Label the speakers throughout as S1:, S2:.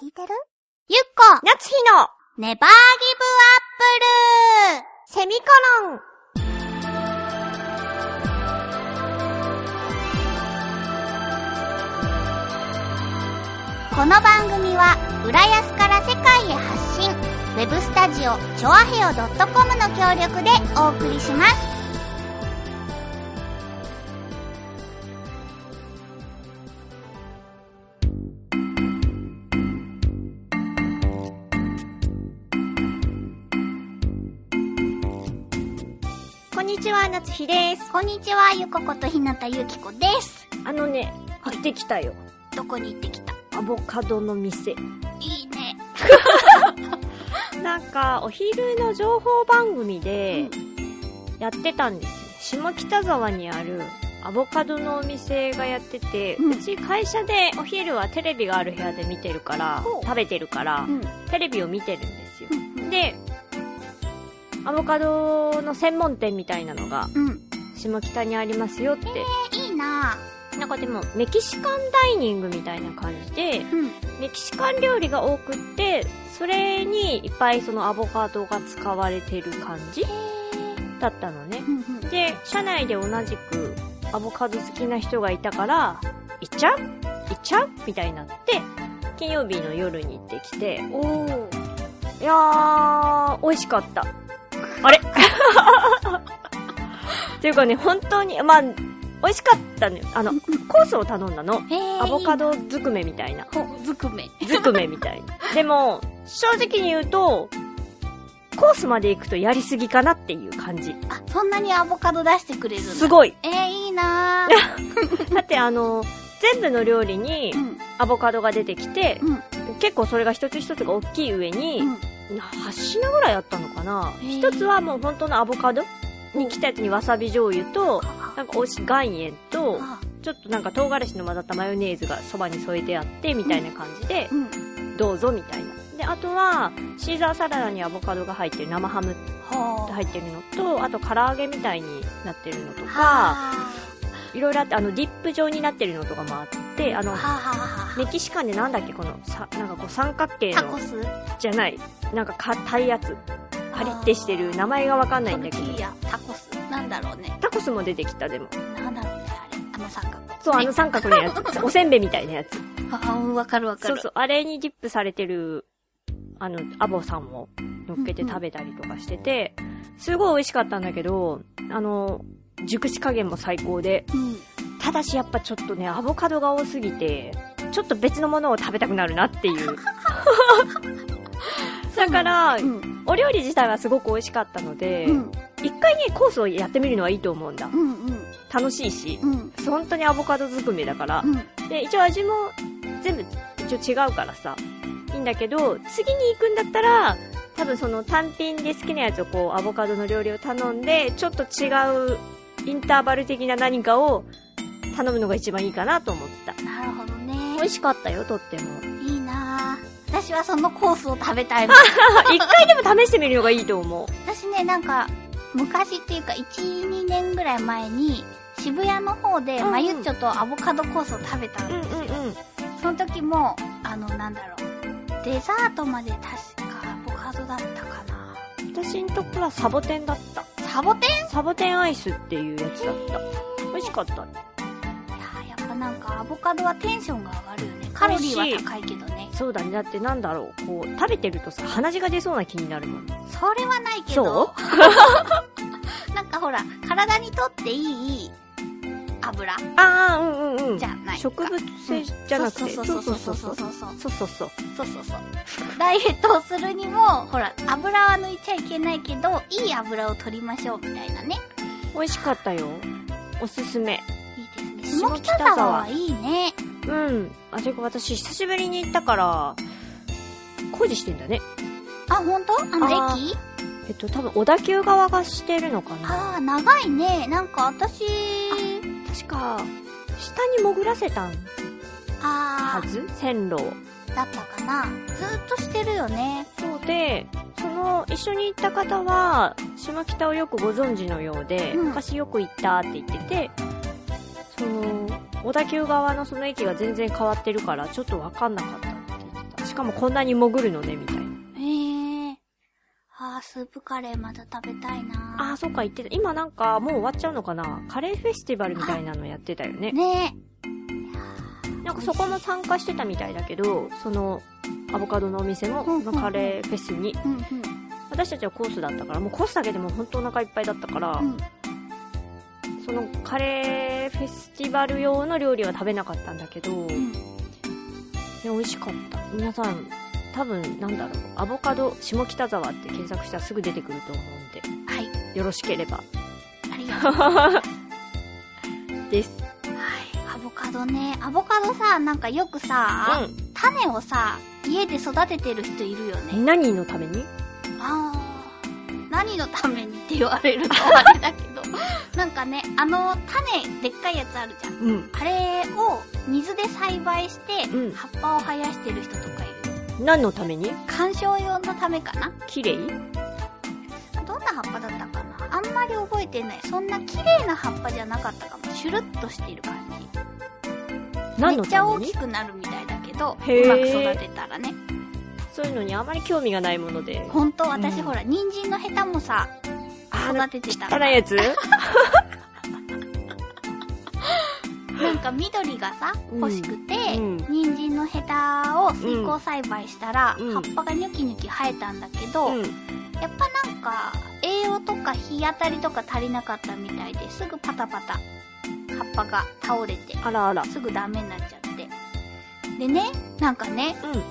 S1: 聞いてるゆっこ
S2: 夏日の
S1: ネバーギブアップル
S2: セミコロン
S1: この番組は浦安から世界へ発信ウェブスタジオチョアヘオ .com の協力でお送りします
S2: こんにちは、夏日です。
S1: こんにちはゆこことひなたゆきこです
S2: あのね、行ってきたよ。
S1: どこに行ってきた
S2: アボカドの店。
S1: いいね
S2: なんか、お昼の情報番組でやってたんですよ。下北沢にあるアボカドのお店がやってて、
S1: うん
S2: うち会社でお昼はテレビがある部屋で見てるから
S1: ほう、
S2: 食べてるから
S1: う、ん
S2: テレビを見てるんですよ。
S1: うん
S2: で、アボカドの専門店みたいなのが
S1: うん
S2: 下北にありますよって。
S1: えいいな
S2: なんかでも、メキシカンダイニングみたいな感じで、
S1: うん
S2: メキシカン料理が多くって、それにいっぱいそのアボカドが使われてる感じだったのね。
S1: うんうん
S2: で、社内で同じくアボカド好きな人がいたから、行っちゃう行っちゃうみたいになって、金曜日の夜に行ってきて、
S1: おー
S2: いやー、美味しかった。あれっていうかね、本当に、まあ、美味しかったのよ。あの、コースを頼んだの。
S1: へー
S2: アボカドずくめみたいな。
S1: いいなほずくめ
S2: ずくめみたいな。でも、正直に言うと、コースまで行くとやりすぎかなっていう感じ。
S1: あそんなにアボカド出してくれるんだ
S2: すごい。
S1: えー、いいな
S2: だってあの、全部の料理に
S1: うん
S2: アボカドが出てきて、
S1: うん
S2: 結構それが一つ一つが大きい上に、
S1: うん
S2: 8品ぐらいあったのかな。
S1: へー
S2: 一つはもう本当のアボカドに来たやつにわさび醤油と、
S1: あ
S2: なんかおし岩塩と、
S1: あ
S2: ちょっとなんか唐辛子の混ざったマヨネーズがそばに添えてあって、みたいな感じで
S1: う、ん
S2: どうぞみたいな。で、あとは、シーザーサラダにアボカドが入ってる、生ハム
S1: ほ
S2: 入ってるのと、あと唐揚げみたいになってるのと
S1: は
S2: か、
S1: あ
S2: いろいろあって、あの、ディップ状になってるのとかもあって、あの
S1: はあ、はあはあ
S2: メキシカンでなんだっけ、この、さ、なんかこう三角形
S1: タコ
S2: の、
S1: ス
S2: じゃない、なんか硬いやつ。パリってしてる、名前がわかんないんだけど
S1: トル。ティーヤタコスなんだろうね
S2: タコスも出てきた、でも。
S1: なんだろうねあれあの三角
S2: そう、あの三角の やつ。おせんべいみたいなやつ。
S1: あうんわかるわか
S2: そう
S1: る
S2: そう、あれにディップされてる、あの、アボさんも乗っけて食べたりとかしてて、すごい美味しかったんだけど、あの、熟し加減も最高で、
S1: うん
S2: ただしやっぱちょっとね、アボカドが多すぎて、ちょっと別のものを食べたくなるなっ ていう。だから、
S1: うん
S2: お料理自体はすごく美味しかったので
S1: う、ん
S2: 一、回ね、コースをやってみるのはいいと思うんだ
S1: う。んうん
S2: 楽しいし、
S1: うん
S2: 本当にアボカドずくめだから
S1: う、ん
S2: で、一応味も全部一応違うからさ、いいんだけど、次に行くんだったら、多分その単品で好きなやつをこう、アボカドの料理を頼んで、ちょっと違うインターバル的な何かを頼むのが一番いいかなと思った。
S1: なるほどね
S2: 美味しかったよ、とっても。
S1: いいな私はそのコースを食べたいの
S2: 一回でも試してみるのがいいと思う。
S1: 私ねなんか昔っていうか12年ぐらい前に渋谷の方で
S2: うんうん
S1: マユッチョとアボカドコースを食べたの
S2: うんうんうん。
S1: その時も、あの、なんだろう。デザートまで確かアボカドだったかな。
S2: 私んとこはサボテンだった。
S1: サボテンい
S2: サボテンアイスっていうやつだった。美味しかった。
S1: やーやっぱなんかアボカドはテンションが上がるよね。カロリーは高いけどね。
S2: そうだね。だってなんだろう。こう、食べてるとさ、鼻血が出そうな気になるもん。
S1: それはないけ
S2: そう
S1: ど。 なんかほら、体にとっていい油
S2: ああ、うんうんうん。
S1: じゃないか。
S2: 植物性じゃなくて。
S1: そうそうそうそうそうそう
S2: そ
S1: そ
S2: う
S1: う。
S2: そうそうそう。
S1: そうそうそう。ダイエットをするにも、ほら、油は抜いちゃいけないけど、いい油を取りましょうみたいなね。
S2: 美味しかったよ。おすすめ。
S1: いいですね。
S2: 下
S1: 下
S2: 北
S1: 北
S2: 沢
S1: 沢はいいね。
S2: うん。あ、てか私、久しぶりに行ったから、工事してんだね。
S1: あ、ほんとあの
S2: あー
S1: 駅
S2: えっと、多分、小田急側がしてるのかな。
S1: ああ、長いね。なんか私、
S2: 確か、下に潜らせたんは
S1: あ
S2: ず線路を。
S1: あ、だったかな。ずーっとしてるよね。
S2: そうで、その、一緒に行った方は、島北をよくご存知のようで、
S1: うん
S2: 昔よく行ったって言ってて、その、小田急側のその駅が全然変わってるから、ちょっとわかんなかったって言ってた。しかもこんなに潜るのね、みたいな。
S1: へえ。あー、スープカレーまた食べたいな
S2: ああ、そっか、言ってた。今なんか、もう終わっちゃうのかなカレーフェスティバルみたいなのやってたよね。
S1: ね
S2: なんかそこも参加してたみたいだけど、その、アボカドのお店の
S1: うんうんうん
S2: カレーフェスに。
S1: え。うんうん。
S2: 私たちはコースだったから、もうコースだけでも本当お腹いっぱいだったから、
S1: うん。
S2: そのカレーフェスティバル用の料理は食べなかったんだけど、
S1: うん
S2: ね、美味しかった。皆さん、多分なんだろう、アボカド下北沢って検索したらすぐ出てくると思うん
S1: はい。
S2: で、よろしければ
S1: ありがとう。
S2: です。
S1: アボカドね。アボカドさ、なんかよくさ、種をさ、家で育ててる人いるよ
S2: う
S1: ね。
S2: ん。何のために
S1: あー。何のためにって言われるとあれだけ ど。なんかね、あの、種、でっかいやつあるじゃん。
S2: うん。
S1: あれを水で栽培して、
S2: うん
S1: 葉っぱを生やしてる人とかいる。
S2: 何のために
S1: 観賞用のためかな
S2: 綺麗
S1: どんな葉っぱだったかなあんまり覚えてない。そんな綺麗な葉っぱじゃなかったかも。シュルッとしている感じ。
S2: 何
S1: め
S2: の
S1: っちゃ
S2: た
S1: 大
S2: めに
S1: きくなるみたいだけど、うまく
S2: へー
S1: 育てたらね。
S2: そういうのにあまり興味がないもので。
S1: ほんと、私、
S2: うん
S1: ほら、人参のヘタもさ、
S2: あー
S1: 育ててた
S2: 汚
S1: ら。
S2: いやつ
S1: なんか緑がさ、
S2: うん
S1: 欲しくて、
S2: うん
S1: 人参のヘタを水耕栽培したら、
S2: うん
S1: 葉っぱがニョキニョキ生えたんだけど、
S2: うん。
S1: やっぱなんか、栄養とか日当たりとか足りなかったみたいですぐパタパタ、葉っぱが倒れて、
S2: あらあら。
S1: すぐダメになっちゃって。でね、なんかね、
S2: う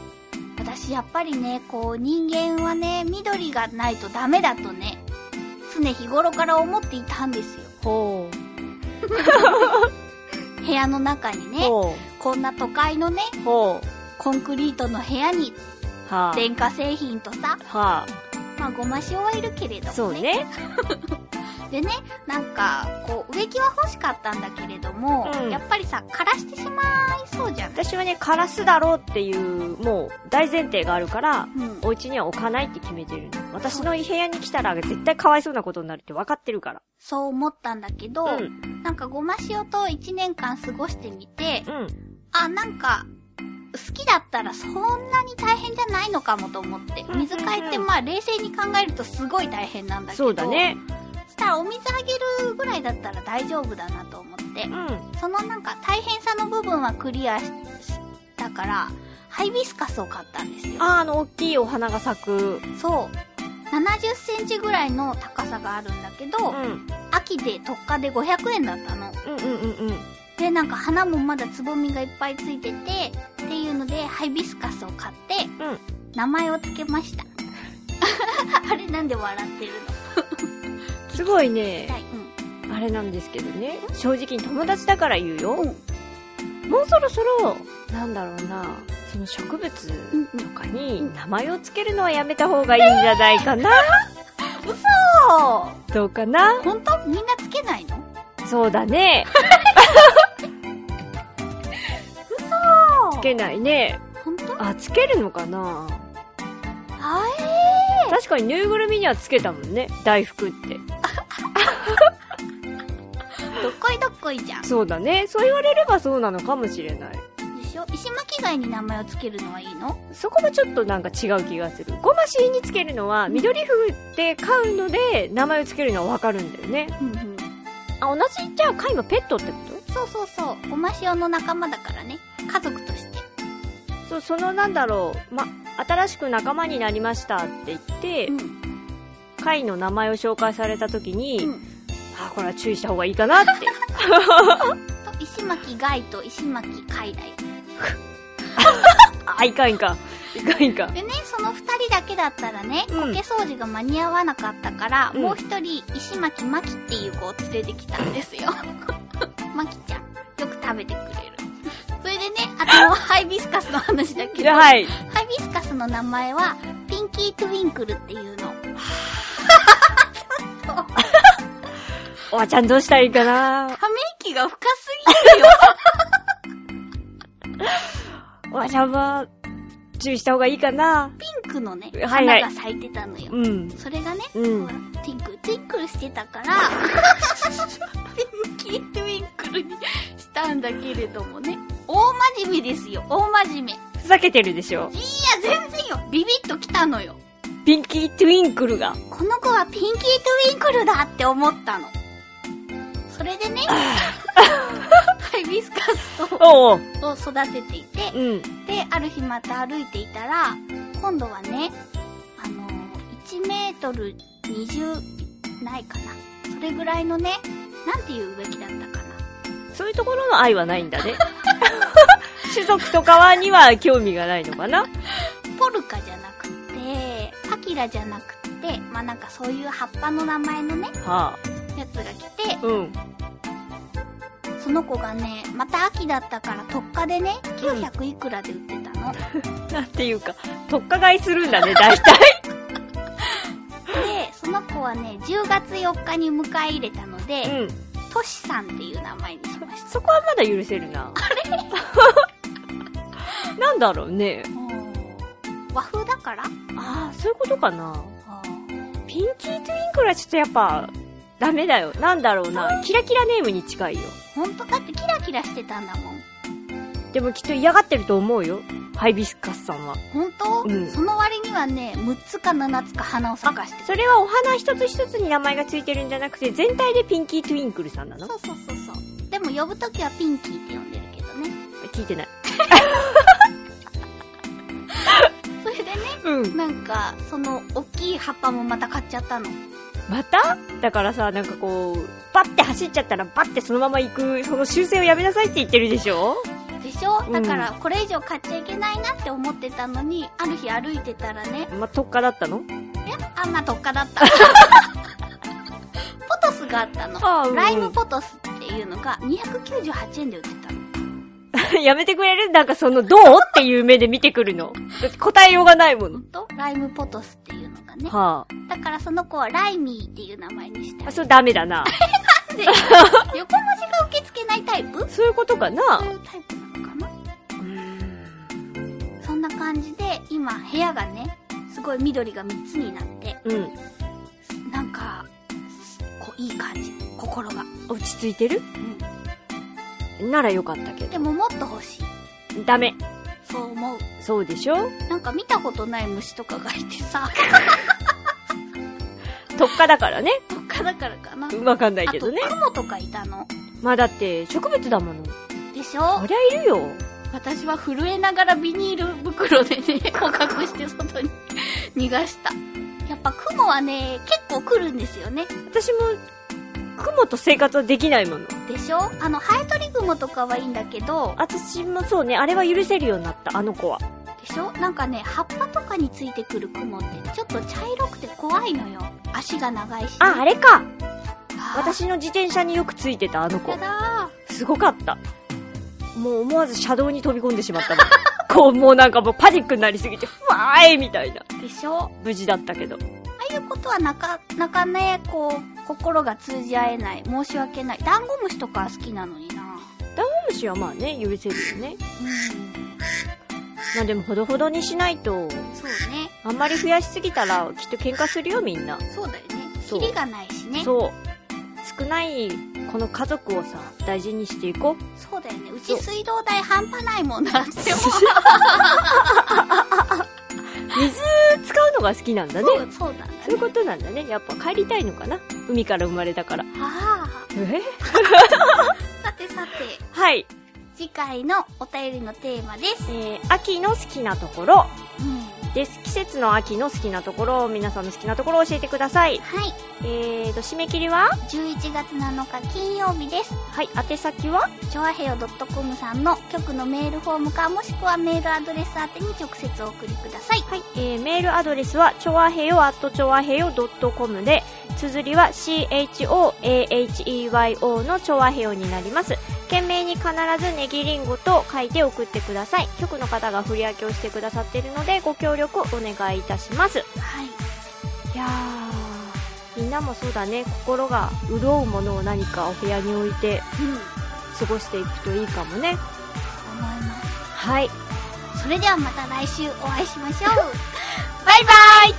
S1: 私やっぱりね、こう人間はね、緑がないとダメだとね、常日頃から思っていたんですよ。
S2: ん。ほ
S1: 部屋の中に
S2: う。
S1: ね、
S2: ほ
S1: こんな都会のね、
S2: う。ほ
S1: コンクリートの部屋に
S2: う。はあ。
S1: 電化製品とさ、
S2: は
S1: まあごま塩はいるけれども
S2: あ。
S1: ね。
S2: そうね。
S1: でね、なんか、こう、植木は欲しかったんだけれども、
S2: うん
S1: やっぱりさ、枯らしてしまいそうじゃない
S2: 私はね、カラスだろうっていう、もう、大前提があるから、
S1: うん。
S2: お家には置かないって決めてるの。私の部屋に来たら絶対かわいそうなことになるって分かってるから。
S1: そう思ったんだけど、
S2: うん。
S1: なんかごま塩と1年間過ごしてみて、
S2: うん。
S1: あ、なんか、好きだったらそんなに大変じゃないのかもと思って。
S2: うん
S1: 水替えってまあ冷静に考えるとすごい大変なんだけど。
S2: そうだ。ね。
S1: したらお水あげるぐらいだったら大丈夫だなと思って
S2: う。ん。
S1: そのなんか大変さの部分はクリアししたから、ハイビスカスを買ったんですよ。
S2: あー、あの、大きいお花が咲く。
S1: そう。70センチぐらいの高さがあるんだけど、
S2: うん。うん
S1: 秋で特価で500円だったの。
S2: うんうんうん。
S1: で、なんか花もまだつぼみがいっぱいついてて、っていうので、ハイビスカスを買って、
S2: うん
S1: 名前を付けました。 あれなんで笑ってるの
S2: すごいね。
S1: 痛い。
S2: あれなんですけどね。正直に友達だから言うよ。
S1: うん。うん。
S2: もうそろそろ、なんだろうな、その植物とかに名前をつけるのはやめた方がいいんじゃない かな、
S1: そう
S2: どうかな
S1: 本当みんなつけないの
S2: そうだね。
S1: つ
S2: つけないね。
S1: 本当
S2: あ、つけるのかな
S1: あえ
S2: 確かにぬいぐるみにはつけたもんね。大福って。
S1: ー、どっこいどっこいじゃん。
S2: そうだね。そう言われればそうなのかもしれない。
S1: でしょ石巻貝に名前をつけるのはいいの
S2: そこもちょっとなんか違う気がする。ごましにつけるのは、緑風って買うので、名前をつけるのはわかるんだよね。
S1: うんうん。
S2: あ、同じ、じゃあ貝はペットってこと
S1: そうそうそう。ごま塩の仲間だからね。家族として。
S2: そうそのなんだろう、ま、新しく仲間になりましたって言って、
S1: うん。
S2: 会の名前を紹介された時に、
S1: うん
S2: あこれは注意した方がいいかなって
S1: と、石巻貝と石巻海だよ。
S2: あいかんいかんいかんいかん
S1: でね、その二人だけだったらね、
S2: うん
S1: 苔掃除が間に合わなかったから、
S2: うん
S1: もう一人、石巻まきっていう子を連れてきたんです よ。まきちゃん、よく食べてくれる。それでね、あ と、ハイビスカスの話だけど、ハ
S2: はい
S1: イビスカスの名前は、ピンキートゥインクルっていうの。
S2: おばちゃんどうしたらいいかな
S1: ため息が深すぎるよ。
S2: おばちゃんは注意した方がいいかな
S1: ピンクのね、
S2: はいは
S1: 花
S2: い
S1: が咲いてたのよ。
S2: うん
S1: それがね、
S2: うん
S1: ティンクル、ティンクルしてたから、ピンキートゥインクルにしたんだけれどもね。大真面目ですよ、大真面目。
S2: ふざけてるでしょ。
S1: いや、全然よ。ビビッと来たのよ。
S2: ピンキー・トゥインクルが。
S1: この子はピンキートゥインクルだって思ったの。それで ね、ハイビスカスと
S2: おうおう。
S1: を育てていて、
S2: うん。
S1: で、ある日また歩いていたら、今度はね、あの1メートル20ないかな。それぐらいのね、なんて言うべきだったかな。
S2: そういうところの愛はないんだね。 種族とかはには興味がないのかな
S1: ポルカじゃなくて、パキラじゃなくて、まあなんかそういう葉っぱの名前のね、
S2: はあ。
S1: やつが来て、
S2: うん。
S1: その子がね、また秋だったから特価でね、900いくらで売ってたの。で、
S2: なんていうか、特化買いするんだね、大体。
S1: その子はね、10月4日に迎え入れたの
S2: う
S1: で、
S2: ん。
S1: トシさんっていう名前にしました。
S2: そこはまだ許せるな。あ れなんだろうね。
S1: 和風だから
S2: ああ、そういうことかな。ピンキー・トゥインクルはちょっとやっぱ、ダメだよ。なんだろうな。キラキラネームに近いよ。
S1: 本当だってキラキラしてたんだもん。
S2: でもきっと嫌がってると思うよ。ハイビスカスさんは。
S1: 本当、
S2: うん
S1: その割にはね、6つか7つか花を咲かしてた。
S2: それはお花一つ一つに名前がついてるんじゃなくて、全体でピンキー・トゥインクルさんなの
S1: そうそうそうそう。でも呼ぶときはピンキーって呼んでるけどね。
S2: 聞いてない。
S1: それでね、
S2: うん。
S1: なんか、その、大きい葉っぱもまた買っちゃったの。
S2: まただからさ、なんかこう、バッて走っちゃったらバッてそのまま行く、その修正をやめなさいって言ってるでしょ
S1: でしょ
S2: うん
S1: だから、これ以上買っちゃいけないなって思ってたのに、ある日歩いてたらね、
S2: まあ、特化だったの
S1: あ、まあ、特価だった。ポ トスがあったの。
S2: ああ、うん
S1: ライムポトスっていうのが298円で売ってたの。
S2: やめてくれるなんかその、どうっていう目で見てくるの。だって答えようがないもの
S1: 本。当ライムポトスっていうのがね。
S2: は
S1: だからその子はライミーっていう名前にした
S2: あ。。それダメだ な。
S1: で横文字が受け付けないタイプ
S2: そういうことかな
S1: そういうタイプなのかなそんな感じで、今部屋がね、すごい緑が3つになって、
S2: うん。
S1: なんか、こういい感じ。心が。
S2: 落ち着いてる
S1: う
S2: ならよかったけ
S1: ん。でももっと欲しい。
S2: ど。ダメ。
S1: そう思う。
S2: そうでしょ
S1: なんか見たことない虫とかがいてさ、
S2: 特化だからね。
S1: どっかだからかな。
S2: わかんない
S1: あ
S2: けど
S1: と、
S2: ね。
S1: 雲とかいたの。
S2: まあだって、植物だもの。
S1: でしょ
S2: そりゃいるよ。
S1: 私は震えながらビニール袋でね、 捕獲して外に逃がした。やっぱ雲はね、結構来るんですよね。
S2: 私も、雲と生活はできないもの。
S1: でしょあの、ハエトリグモとかはいいんだけど、
S2: 私もそうね、あれは許せるようになった、あの子は。
S1: でしょなんかね、葉っぱとかについてくる雲って、ちょっと茶色くて怖いのよ。足が長いし、
S2: あ、あれか
S1: あー、
S2: 私の自転車によくついてた、あの子
S1: や。だ
S2: すごかった。もう思わず車道に飛び込んでしまったもん。 こう、もうなんかもうパニックになりすぎて、ふわーいみたいな。
S1: ー。でしょ
S2: 無事だったけど。
S1: ああいうことはなか、なかね、こう、心が通じ合えない。申し訳ない。ダンゴムシとかは好きなのにな。
S2: ダンゴムシはまあね、許せるよね。
S1: うん。
S2: まあでもほどほどにしないと、
S1: そうね。
S2: あんまり増やしすぎたらきっと喧嘩するよみんな。
S1: そうだよね。
S2: そう
S1: キリがないしね。
S2: そう。少ないこの家族をさ、大事にしていこ う。
S1: そうだよね。う
S2: そ
S1: ち
S2: う
S1: 水道代半端ないもんなって思
S2: 水使うのが好き なんだね。
S1: う。そうだね。
S2: そういうことなんだね。やっぱ帰りたいのかな海から生まれたから。
S1: あ
S2: え
S1: あ。さてさて、
S2: はい。
S1: 次回のお便りのテーマです。
S2: えー、秋の好きなところ
S1: うん。
S2: です。季節の秋の好きなところ、皆さんの好きなところを教えてください。
S1: はい。
S2: えーと、締め切りは
S1: 11月7日金曜日です。
S2: はい、宛先は
S1: ちょわへよ .com さんの局のメールフォームか、もしくはメールアドレス宛てに直接お送りください。
S2: はい、えー、メールアドレスは、ちょわへよ、アットちょわへよ .com で、綴りは CHOAHEYO のちょわへよになります。件名に必ずネギリンゴと書いて送ってください。局の方が振り分けをしてくださっているので、ご協力お願いいたします。
S1: はい。
S2: いやー、みんなもそうだね、心が潤うものを何かお部屋に置いて
S1: うん。思い
S2: 過ごしていくといいかもね。
S1: ま
S2: はい。
S1: す。それではまた来週お会いしましょう。バイバイ